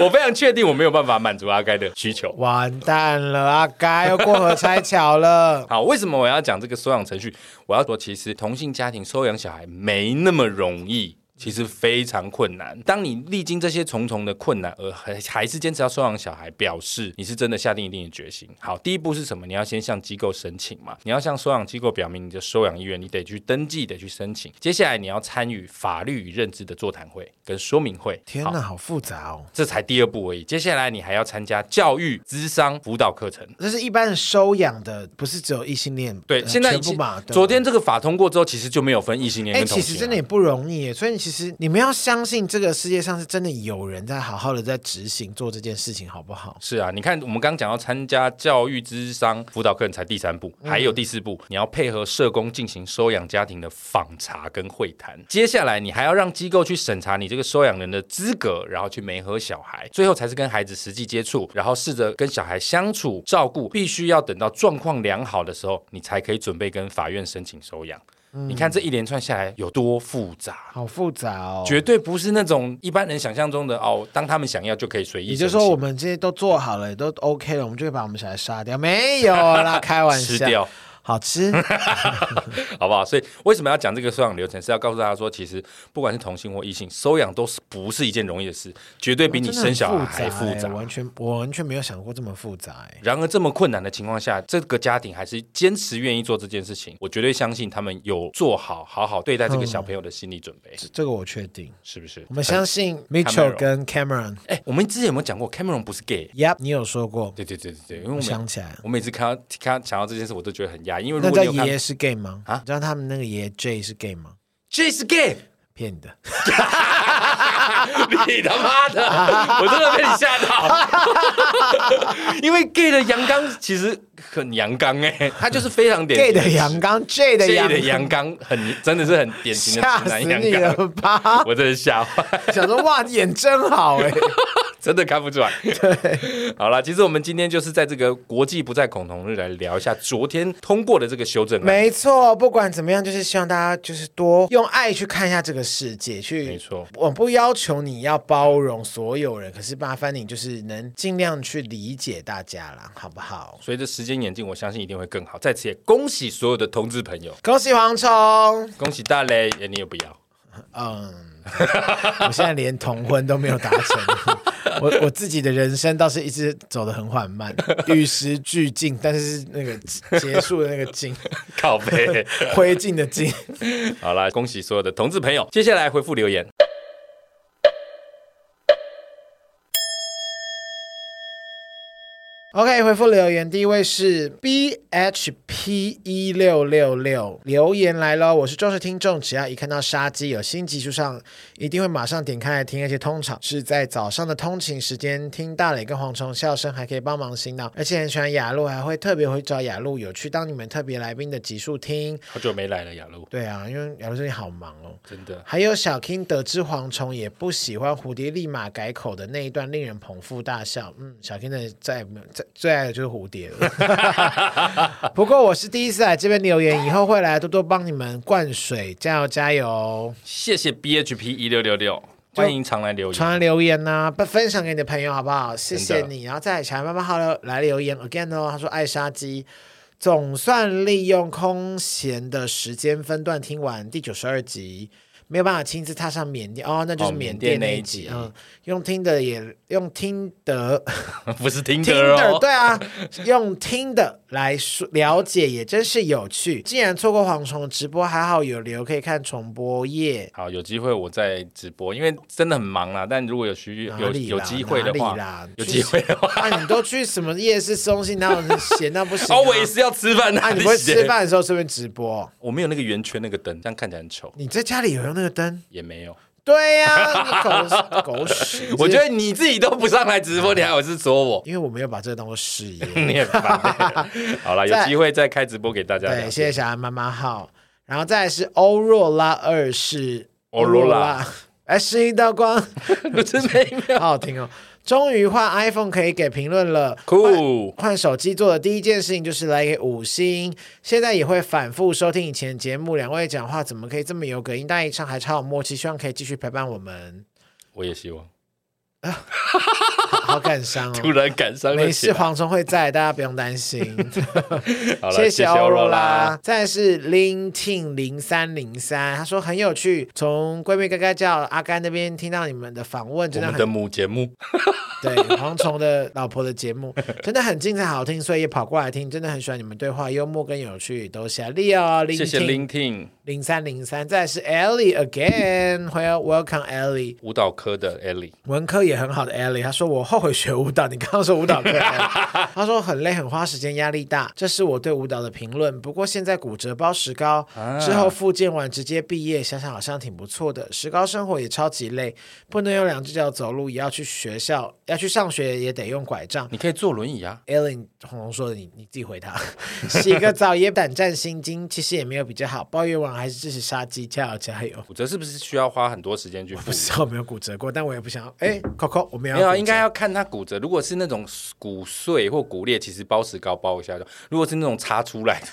[SPEAKER 1] 我非常确定我没有办法满足阿该的需！”求。。
[SPEAKER 2] 完蛋了，阿该又过河拆桥了
[SPEAKER 1] 好，为什么我要讲这个收养程序？我要说，其实同性家庭收养小孩没那么容易。其实非常困难。当你历经这些重重的困难，而还还是坚持要收养小孩，表示你是真的下定一定的决心。好，第一步是什么？你要先向机构申请嘛，你要向收养机构表明你的收养意愿，你得去登记，得去申请。接下来你要参与法律与认知的座谈会跟说明会。
[SPEAKER 2] 天
[SPEAKER 1] 好
[SPEAKER 2] 哪，好复杂哦！
[SPEAKER 1] 这才第二步而已。接下来你还要参加教育、咨商、辅导课程。
[SPEAKER 2] 这是一般收养的，不是只有异性恋。
[SPEAKER 1] 对，
[SPEAKER 2] 呃
[SPEAKER 1] 现在已
[SPEAKER 2] 全部
[SPEAKER 1] 经
[SPEAKER 2] 嘛。对吧
[SPEAKER 1] 昨天这个法通过之后，其实就没有分异性恋
[SPEAKER 2] 哎、
[SPEAKER 1] 跟同啊
[SPEAKER 2] 其
[SPEAKER 1] 性、
[SPEAKER 2] 实真的也，不容易耶，所以其实你们要相信这个世界上是真的有人在好好的在执行做这件事情，好不好？
[SPEAKER 1] 是啊，你看我们刚刚讲到参加教育、咨商、辅导课程才第三步，
[SPEAKER 2] 嗯
[SPEAKER 1] 还有第四步，你要配合社工进行收养家庭的访查跟会谈。接下来你还要让机构去审查你这个收养人的资格，然后去媒合小孩，最后才是跟孩子实际接触，然后试着跟小孩相处、照顾，必须要等到状况良好的时候，你才可以准备跟法院申请收养。
[SPEAKER 2] 嗯
[SPEAKER 1] 你看这一连串下来有多复杂。
[SPEAKER 2] 好复杂哦。
[SPEAKER 1] 绝对不是那种一般人想象中的哦，当他们想要就可以随意
[SPEAKER 2] 也
[SPEAKER 1] 申请。
[SPEAKER 2] 就是说，我们这些都做好了，也都 OK 了，我们就会把我们小孩杀掉？没有啦，开玩笑，
[SPEAKER 1] 吃掉，
[SPEAKER 2] 好吃。
[SPEAKER 1] 好不好？所以为什么要讲这个收养流程？是要告诉大家说，其实不管是同性或异性，收养都是不是一件容易的事，绝 对比你
[SPEAKER 2] 哦真的
[SPEAKER 1] 生
[SPEAKER 2] 很
[SPEAKER 1] 小孩还
[SPEAKER 2] 复
[SPEAKER 1] 复杂
[SPEAKER 2] 欸。完全我完全没有想过这么复杂、欸。
[SPEAKER 1] 然而这么困难的情况下，这个家庭还是坚持愿意做这件事情，我绝对相信他们有做好好好对待这个小朋友的心理准备，
[SPEAKER 2] 这这个我确定，
[SPEAKER 1] 是不是？
[SPEAKER 2] 嗯我们相信
[SPEAKER 1] 呃 Cameron
[SPEAKER 2] Mitchell 跟 Cameron。
[SPEAKER 1] 哎、我们之前有没有讲过，Cameron 不是 gay？
[SPEAKER 2] Yep，你有说过，
[SPEAKER 1] 对对对对对，因为我
[SPEAKER 2] 我
[SPEAKER 1] 们
[SPEAKER 2] 想起来了。
[SPEAKER 1] 我每次看到看到想到这件事，我都觉得很压抑，因为如
[SPEAKER 2] 那
[SPEAKER 1] 果
[SPEAKER 2] 叫
[SPEAKER 1] 你有
[SPEAKER 2] 爷
[SPEAKER 1] 看
[SPEAKER 2] 爷是 gay 吗？
[SPEAKER 1] 啊
[SPEAKER 2] 啊，你知道他们那个爷爷 J 是 gay 吗？
[SPEAKER 1] J 是 gay。
[SPEAKER 2] 骗你的，
[SPEAKER 1] 你他妈的，我真的被你吓到。因为 gay 的阳刚其实很阳刚哎、他就是非常典
[SPEAKER 2] gay
[SPEAKER 1] 型
[SPEAKER 2] 的阳刚，J 的
[SPEAKER 1] gay 的
[SPEAKER 2] 阳
[SPEAKER 1] 阳刚，很真的是很典型的
[SPEAKER 2] 吓
[SPEAKER 1] 直
[SPEAKER 2] 死
[SPEAKER 1] 男
[SPEAKER 2] 你
[SPEAKER 1] 阳
[SPEAKER 2] 了
[SPEAKER 1] 刚。
[SPEAKER 2] 吧！
[SPEAKER 1] 我真的吓坏，
[SPEAKER 2] 想说哇，眼真好哎、
[SPEAKER 1] 真的看不出来。对，好了，其实我们今天就是在这个国际不再恐同日来聊一下昨天通过的这个修正案。
[SPEAKER 2] 没错，不管怎么样，就是希望大家就是多用爱去看一下这个世界，去
[SPEAKER 1] 没错。
[SPEAKER 2] 我不要求你要包容所有人，可是麻烦你就是能尽量去理解大家啦，好不好？
[SPEAKER 1] 随着时间演进，我相信一定会更好。在此也恭喜所有的同志朋友，
[SPEAKER 2] 恭喜蝗虫，
[SPEAKER 1] 恭喜大雷，哎你也不要。
[SPEAKER 2] 嗯， 我现在连同婚都没有达成， 我我自己的人生倒是一直走得很缓慢，与时俱进，但是那个结束的那个进，
[SPEAKER 1] 靠背。
[SPEAKER 2] 灰烬的烬。
[SPEAKER 1] 好啦，恭喜所有的同志朋友。接下来回复留言。
[SPEAKER 2] OK，回复留言，第一位是 BHP 一六六六留言来喽，我是忠实听众，只要一看到杀鸡有新集数上，一定会马上点开来听，而且通常是在早上的通勤时间听大磊跟蝗虫笑声，还可以帮忙醒脑，而且很喜欢雅鹿，还会特别会找雅鹿有去当你们特别来宾的集数听。
[SPEAKER 1] 好久没来了，雅露，
[SPEAKER 2] 对啊，因为雅鹿最近好忙哦。
[SPEAKER 1] 真的。
[SPEAKER 2] 还有小 King 得知蝗虫也不喜欢蝴蝶，立马改口的那一段令人捧腹大笑。嗯，小 King 的再也没有再最爱的就是蝴蝶了。不过我是第一次来这边留言，以后会来多多帮你们灌水，加油加油！
[SPEAKER 1] 谢谢 BHP 一六六六，欢迎常来留言。
[SPEAKER 2] 传留言呐、不分享给你的朋友好不好？谢谢
[SPEAKER 1] 真的
[SPEAKER 2] 你。啊然后再来小孩妈妈好了，来留言 again 哦。他说爱杀鸡，总算利用空闲的时间分段听完第九十二集，没有办法亲自踏上缅甸哦，那就是
[SPEAKER 1] 哦缅
[SPEAKER 2] 甸
[SPEAKER 1] 甸那
[SPEAKER 2] 一
[SPEAKER 1] 一
[SPEAKER 2] 集
[SPEAKER 1] 集
[SPEAKER 2] 嗯，用听的也用听的
[SPEAKER 1] 不是听
[SPEAKER 2] 听
[SPEAKER 1] 的
[SPEAKER 2] 的
[SPEAKER 1] 哦，
[SPEAKER 2] 对啊，用听的来说了解也真是有趣。竟然错过蝗虫的直播，还好有留可以看重播耶。
[SPEAKER 1] 好，有机会我再直播，因为真的很忙啦。但如果有需
[SPEAKER 2] 哪
[SPEAKER 1] 有
[SPEAKER 2] 里
[SPEAKER 1] 有
[SPEAKER 2] 啦
[SPEAKER 1] 机会的
[SPEAKER 2] 哪里
[SPEAKER 1] 话，
[SPEAKER 2] 啦，
[SPEAKER 1] 有
[SPEAKER 2] 去
[SPEAKER 1] 机会的话
[SPEAKER 2] 啊，你都去什么夜市吃东西，哪有闲到不行、 啊
[SPEAKER 1] ，always 要吃饭的。
[SPEAKER 2] 啊，你
[SPEAKER 1] 谢
[SPEAKER 2] 不会
[SPEAKER 1] 谢
[SPEAKER 2] 吃？饭的时候顺便直播？
[SPEAKER 1] 我没有那个圆圈那个灯，这样看起来很丑，
[SPEAKER 2] 你在家里有用那个灯？
[SPEAKER 1] 也没有。
[SPEAKER 2] 对呀、狗狗屎！
[SPEAKER 1] 我觉得你自己都不上来直播，你还有事说我
[SPEAKER 2] ，因为我没有把这个当做事 业。
[SPEAKER 1] 你也烦欸。好啦，
[SPEAKER 2] 再
[SPEAKER 1] 有机会再开直播给大家聊
[SPEAKER 2] 对，
[SPEAKER 1] 天。
[SPEAKER 2] 谢谢小安妈妈号，然后再来是欧若拉二世，
[SPEAKER 1] 欧若拉，
[SPEAKER 2] 哎，是一道光，
[SPEAKER 1] 不是没
[SPEAKER 2] 好好听哦。终于换 iPhone 可以给评论了，
[SPEAKER 1] 酷，
[SPEAKER 2] 换手机做的第一件事情就是来给五星，现在也会反复收听以前的节目。两位讲话怎么可以这么有梗？一搭一唱还超有默契，希望可以继续陪伴 我们。
[SPEAKER 1] 我也希望。
[SPEAKER 2] 好好感伤
[SPEAKER 1] 突
[SPEAKER 2] 哦，
[SPEAKER 1] 然感伤了
[SPEAKER 2] 没
[SPEAKER 1] 起
[SPEAKER 2] 事，
[SPEAKER 1] 来。
[SPEAKER 2] 蝗虫会在，大家不用担心。
[SPEAKER 1] 好了，
[SPEAKER 2] 谢
[SPEAKER 1] 谢
[SPEAKER 2] 谢欧
[SPEAKER 1] 欧
[SPEAKER 2] 若
[SPEAKER 1] 若
[SPEAKER 2] 拉
[SPEAKER 1] 拉。。
[SPEAKER 2] 再来是 LinkedIn 零三零三，他说很有趣，从闺蜜嘎嘎叫阿甘那边听到你们的访问，
[SPEAKER 1] 我
[SPEAKER 2] 真的
[SPEAKER 1] 们
[SPEAKER 2] 很
[SPEAKER 1] 的母节目，
[SPEAKER 2] 对，蝗虫的老婆的节目 真的很精彩好听，所以也跑过来听，真的很喜欢你们对话，幽默跟有趣啊都是 Leo
[SPEAKER 1] 谢谢
[SPEAKER 2] 零
[SPEAKER 1] LinkedIn
[SPEAKER 2] 零三零三，再来是 Ellie again，Well welcome Ellie，
[SPEAKER 1] 舞蹈科的 Ellie，
[SPEAKER 2] 文科也很好的 Ellie，她说我后悔学舞蹈，你刚刚说舞蹈课，她说很累很花时间，压力大，这是我对舞蹈的评论。不过现在骨折包石膏，之后复健完直接毕业，想想好像挺不错的。石膏生活也超级累，不能用两只脚走路，也要去学校，要去上学也得用拐杖。
[SPEAKER 1] 你可以坐轮椅啊。
[SPEAKER 2] Ellen 红龙说的，你你自己回答。洗个澡也胆战心惊，其实也没有比较好。抱怨完还是支持杀鸡，加油加油！
[SPEAKER 1] 骨折是不是需要花很多时间去复
[SPEAKER 2] 不
[SPEAKER 1] 原？
[SPEAKER 2] 知道有没有骨折过，但我也不想要。哎，Coco，我们要
[SPEAKER 1] 没有啊，
[SPEAKER 2] 骨折
[SPEAKER 1] 应该要看它骨折。如果是那种骨碎或骨裂，其实包石膏包一下就；如果是那种插出 来的，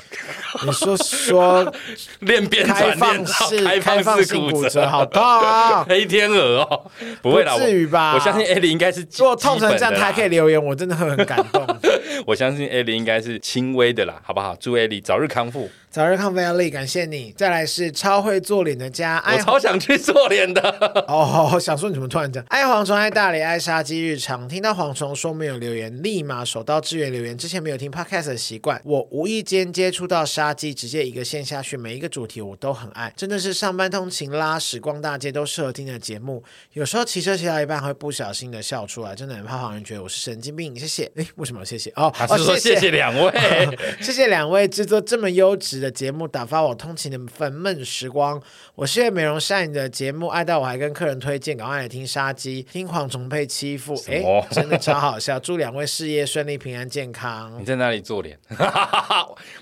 [SPEAKER 2] 你说 说
[SPEAKER 1] 练变
[SPEAKER 2] 开
[SPEAKER 1] 转
[SPEAKER 2] 放
[SPEAKER 1] 练
[SPEAKER 2] 式
[SPEAKER 1] 到
[SPEAKER 2] 开
[SPEAKER 1] 开
[SPEAKER 2] 放
[SPEAKER 1] 放
[SPEAKER 2] 性
[SPEAKER 1] 式
[SPEAKER 2] 骨折，
[SPEAKER 1] 折，
[SPEAKER 2] 好痛啊！
[SPEAKER 1] 黑天鹅哦，不会啦，
[SPEAKER 2] 不至于吧
[SPEAKER 1] 我我相信 Ellie 应该是基
[SPEAKER 2] 如果痛成这样，
[SPEAKER 1] 基本的
[SPEAKER 2] 他
[SPEAKER 1] 啦
[SPEAKER 2] 还可以留言，我真的会很感动。
[SPEAKER 1] 我相信 Ellie 应该是轻微的啦，好不好？祝 Ellie 早日康复。
[SPEAKER 2] 早日康复，Ellie，感谢你。再来是超会做脸的家，爱
[SPEAKER 1] 我超想去做脸 的，
[SPEAKER 2] 哦，我想说你怎么突然讲？爱蝗虫，爱大理，爱杀鸡日常。听到蝗虫说没有留言，立马手刀支援留言。之前没有听 podcast 的习惯，我无意间接触到杀鸡，直接一个线下去，每一个主题我都很爱，真的是上班通勤、拉屎、逛大街都适合听的节目。有时候骑车骑到一半会不小心的笑出来，真的很怕旁人觉得我是神经病。谢谢。诶，为什么谢谢？哦，
[SPEAKER 1] 还
[SPEAKER 2] 哦
[SPEAKER 1] 是说谢 谢两位？
[SPEAKER 2] 谢谢两位制作这么优质的节目，打发我通勤的粉闷时光。我是为美容善你的节目，爱到我还跟客人推荐，赶快来听杀鸡，听蝗虫被欺负，
[SPEAKER 1] 什
[SPEAKER 2] 哎
[SPEAKER 1] 么，
[SPEAKER 2] 真的超好笑。祝两位事业顺利、平安、健康
[SPEAKER 1] 你。在哪里做脸？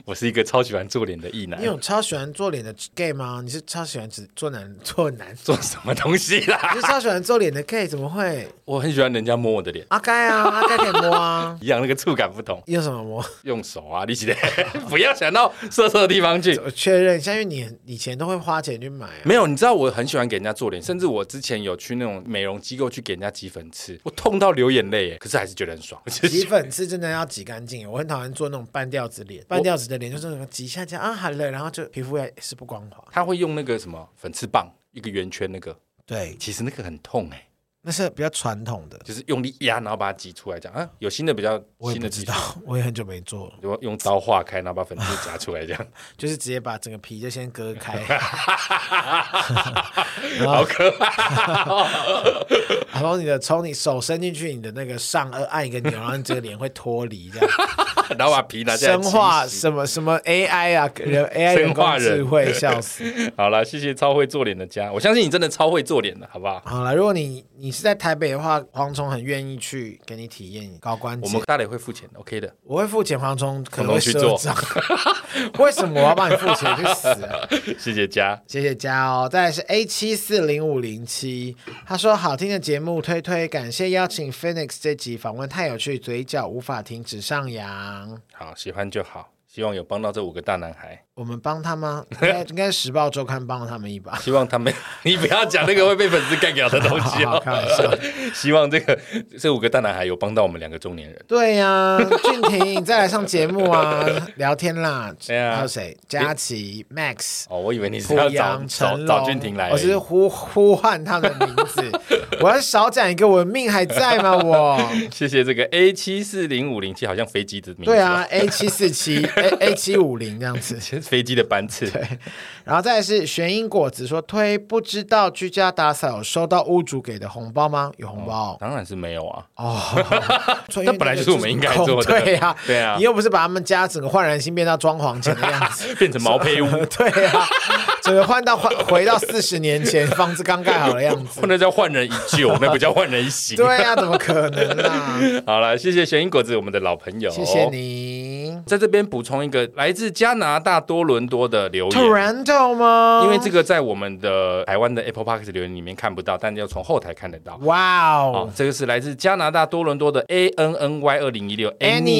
[SPEAKER 1] 我是一个超喜欢做脸的异男
[SPEAKER 2] 你。有超喜欢做脸的 gay 吗？你是超喜欢只做男做男？
[SPEAKER 1] 做什么东西啦？
[SPEAKER 2] 你是超喜欢做脸的 gay？怎么会？
[SPEAKER 1] 我很喜欢人家摸我的脸，。
[SPEAKER 2] 阿该啊，阿该可以摸啊
[SPEAKER 1] 一样那个触感不同，
[SPEAKER 2] 用什 么摸？
[SPEAKER 1] 用手啊，力气的， 不要想到色色的地方去。
[SPEAKER 2] 我确认一下，因为你以前都会花钱去买啊。
[SPEAKER 1] 没有，你知道我很喜欢给人家做脸，甚至我之前有去那种美容机构去给人家挤粉刺，我痛到流眼泪耶，可是还是觉得很爽。
[SPEAKER 2] 挤粉刺真的要挤干净，我很讨厌做那种半吊子脸，半吊子的脸就是那种挤一下这样啊好了，然后就皮肤也是不光滑。
[SPEAKER 1] 他会用那个什么粉刺棒，一个圆圈那个，
[SPEAKER 2] 对，
[SPEAKER 1] 其实那个很痛哎、
[SPEAKER 2] 那是比较传统的，
[SPEAKER 1] 就是用力压，然后把它挤出来，这样啊。有新的比较
[SPEAKER 2] 我也
[SPEAKER 1] 新
[SPEAKER 2] 不
[SPEAKER 1] 的
[SPEAKER 2] 知
[SPEAKER 1] 技
[SPEAKER 2] 道
[SPEAKER 1] 术，，
[SPEAKER 2] 我也很久没做了，
[SPEAKER 1] 就用刀划开，然后把粉刺夹出来，这样
[SPEAKER 2] 就是直接把整个皮就先 割开，啊
[SPEAKER 1] 好可怕 哦、
[SPEAKER 2] 然后你的从你手伸进去，你的那个上颚按一个钮，然后你这个脸会脱离这样。
[SPEAKER 1] 然后把皮拿下来
[SPEAKER 2] 生化
[SPEAKER 1] 清洗
[SPEAKER 2] 什么什么 AI 啊， 人 AI 人
[SPEAKER 1] 生化人
[SPEAKER 2] 工智 慧，笑死。
[SPEAKER 1] 好了，谢谢超会做脸的家，我相信你真的超会做脸的，好不好？
[SPEAKER 2] 好了，如果你你是在台北的话，蝗虫很愿意去给你体验高关
[SPEAKER 1] 我
[SPEAKER 2] 节
[SPEAKER 1] 们。大磊会付钱的，OK 的。
[SPEAKER 2] 我会付钱，蝗虫可
[SPEAKER 1] 蝗虫
[SPEAKER 2] 能会
[SPEAKER 1] 去
[SPEAKER 2] 赊
[SPEAKER 1] 做
[SPEAKER 2] 账。 为什么我要帮你付钱？去死啊！
[SPEAKER 1] 谢谢家，
[SPEAKER 2] 谢谢家哦，再来是 A 七四零五零七，他说好听的节目推推，感谢邀请 Phoenix 这集访问太有趣，嘴角无法停止上扬。
[SPEAKER 1] 好，喜欢就好，希望有帮到这五个大男孩，
[SPEAKER 2] 我们帮他吗？应 该应该《时报周刊》帮了他们一把。
[SPEAKER 1] 希望他们，你不要讲那个会被粉丝干掉的东西
[SPEAKER 2] 好好
[SPEAKER 1] 哦
[SPEAKER 2] 开玩笑。
[SPEAKER 1] 希望这个这五个大男孩有帮到我们两个中年人。
[SPEAKER 2] 对呀、俊廷，你再来上节目啊，聊天 啦。
[SPEAKER 1] 对啊
[SPEAKER 2] 还有谁？佳琪、Max、
[SPEAKER 1] 哦，我以为你是
[SPEAKER 2] 濮
[SPEAKER 1] 要找
[SPEAKER 2] 阳、
[SPEAKER 1] 找
[SPEAKER 2] 成龙，
[SPEAKER 1] 找俊廷来而已，
[SPEAKER 2] 我只是呼呼唤他们的名字， 我要少讲一个，我的命还在 吗？我。
[SPEAKER 1] 谢谢这个 A 七四零五零七，好像飞机的名字。
[SPEAKER 2] 对啊，，A 七四七 A A 七五零这样子。
[SPEAKER 1] 飞机的班次。
[SPEAKER 2] 然后再来是玄英果子说推，不知道居家打扫有收到屋主给的红包吗？有红包
[SPEAKER 1] 当然是没有啊，
[SPEAKER 2] 哦，所以
[SPEAKER 1] 那本来就是我们应该做的
[SPEAKER 2] 对呀、
[SPEAKER 1] 对啊。
[SPEAKER 2] 你又不是把他们家整个焕然新变到装潢前的样子
[SPEAKER 1] 变成毛坯屋，
[SPEAKER 2] 对呀、整个换到换回到四十年前房子刚盖好的样
[SPEAKER 1] 。
[SPEAKER 2] 子
[SPEAKER 1] 那叫焕然一 旧，那不叫焕然一新。
[SPEAKER 2] 对呀、怎么可能啊啦、
[SPEAKER 1] 好了，谢谢玄英果子，我们的老朋友，
[SPEAKER 2] 谢谢。你
[SPEAKER 1] 在这边补充一个来自加拿大多伦多的留言。
[SPEAKER 2] ，Toronto 吗？
[SPEAKER 1] 因为这
[SPEAKER 2] 个，
[SPEAKER 1] 个在我们的台湾的 Apple Park 留言里面看不到，但要从后台看得到。
[SPEAKER 2] 哇
[SPEAKER 1] 哦
[SPEAKER 2] 哦，，
[SPEAKER 1] 这个是来自加拿大多伦多的 A N N Y 二零一六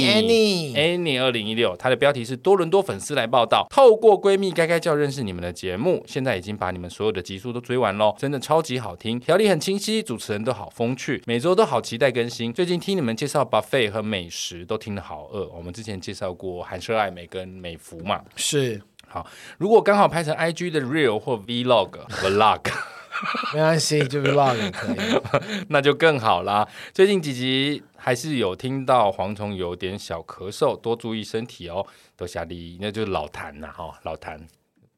[SPEAKER 2] Annie，Annie
[SPEAKER 1] Annie 哎二零一六，它的标题是多伦多粉丝来报道，透过闺蜜该该叫认识你们的节目，现在已经把你们所有的集数都追完喽，真的超级好听，条理很清晰，主持人都好风趣，每周都好期待更新。最近听你们介绍 buffet 和美食，都听得好饿。我们之前介绍过韩舍爱美跟美孚嘛，
[SPEAKER 2] 是
[SPEAKER 1] 好，如果刚好拍成 IG 的 Real 或 Vlog Vlog。
[SPEAKER 2] 没关系，就 vlog 也可以。
[SPEAKER 1] 那就更好啦。最近几集还是有听到蝗虫有点小咳嗽，多注意身体哦。都下力，那就是老痰呐、哈、老痰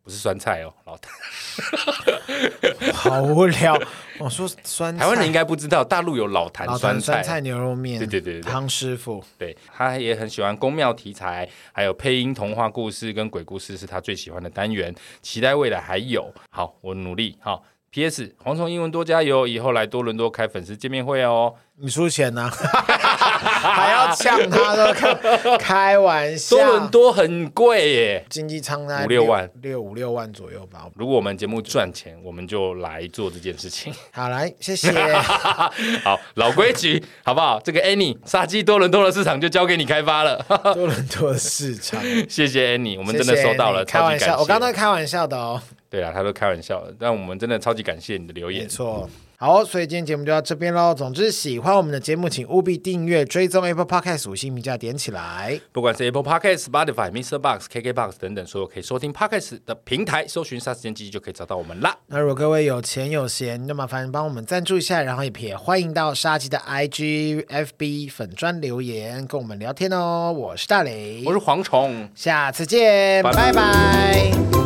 [SPEAKER 1] 不是酸菜哦， 老痰。
[SPEAKER 2] 好无 聊。我说酸菜，
[SPEAKER 1] 台湾人应该不知道，大陆有老痰
[SPEAKER 2] 老
[SPEAKER 1] 酸
[SPEAKER 2] 坛
[SPEAKER 1] 菜。
[SPEAKER 2] 酸菜牛肉面，
[SPEAKER 1] 对对对对对
[SPEAKER 2] 汤师傅
[SPEAKER 1] 对，他也很喜欢宫庙题材，还有配音童话故事跟鬼故事是他最喜欢的单元。期待未来还有，好，我努力。好、P.S. 蝗虫英文多加油，以后来多伦多开粉丝见面会哦。
[SPEAKER 2] 你出 钱呐、还要呛他都开开玩笑。
[SPEAKER 1] 多伦多很贵耶。
[SPEAKER 2] 经济舱在
[SPEAKER 1] 五六万，
[SPEAKER 2] 六五六万左右吧。
[SPEAKER 1] 如果我们节目赚钱，我们就来做这件事情。
[SPEAKER 2] 好，来，谢谢。
[SPEAKER 1] 好，老规矩，好不好？这个 Annie 杀鸡多伦多的市场就交给你开发了。
[SPEAKER 2] 多伦多的市场，
[SPEAKER 1] 谢谢 Annie，我
[SPEAKER 2] 我
[SPEAKER 1] 们真的收到了，
[SPEAKER 2] 开
[SPEAKER 1] 超级感
[SPEAKER 2] 玩
[SPEAKER 1] 谢。
[SPEAKER 2] 笑，我刚刚在开玩笑的哦，
[SPEAKER 1] 对啊，他都开玩笑的，但我们真的超级感谢你的留
[SPEAKER 2] 没
[SPEAKER 1] 言。
[SPEAKER 2] 错。好，所以今天节目就到这边喽。总之，喜欢我们的节目，请务必订阅、追踪 Apple Podcast 五星评价点起来。
[SPEAKER 1] 不管是 Apple Podcast、Spotify、Mr. Box、KK Box 等等所有可以收听 Podcast 的平台，搜寻“杀时间机”就可以找到我们啦。
[SPEAKER 2] 那如果各位有钱有闲，那麻烦帮我们赞助一下，然后也也欢迎到杀鸡的 IG、FB 粉砖留言跟我们聊天哦。我是大雷，
[SPEAKER 1] 我是蝗虫。
[SPEAKER 2] 下次见，
[SPEAKER 1] 拜
[SPEAKER 2] 拜拜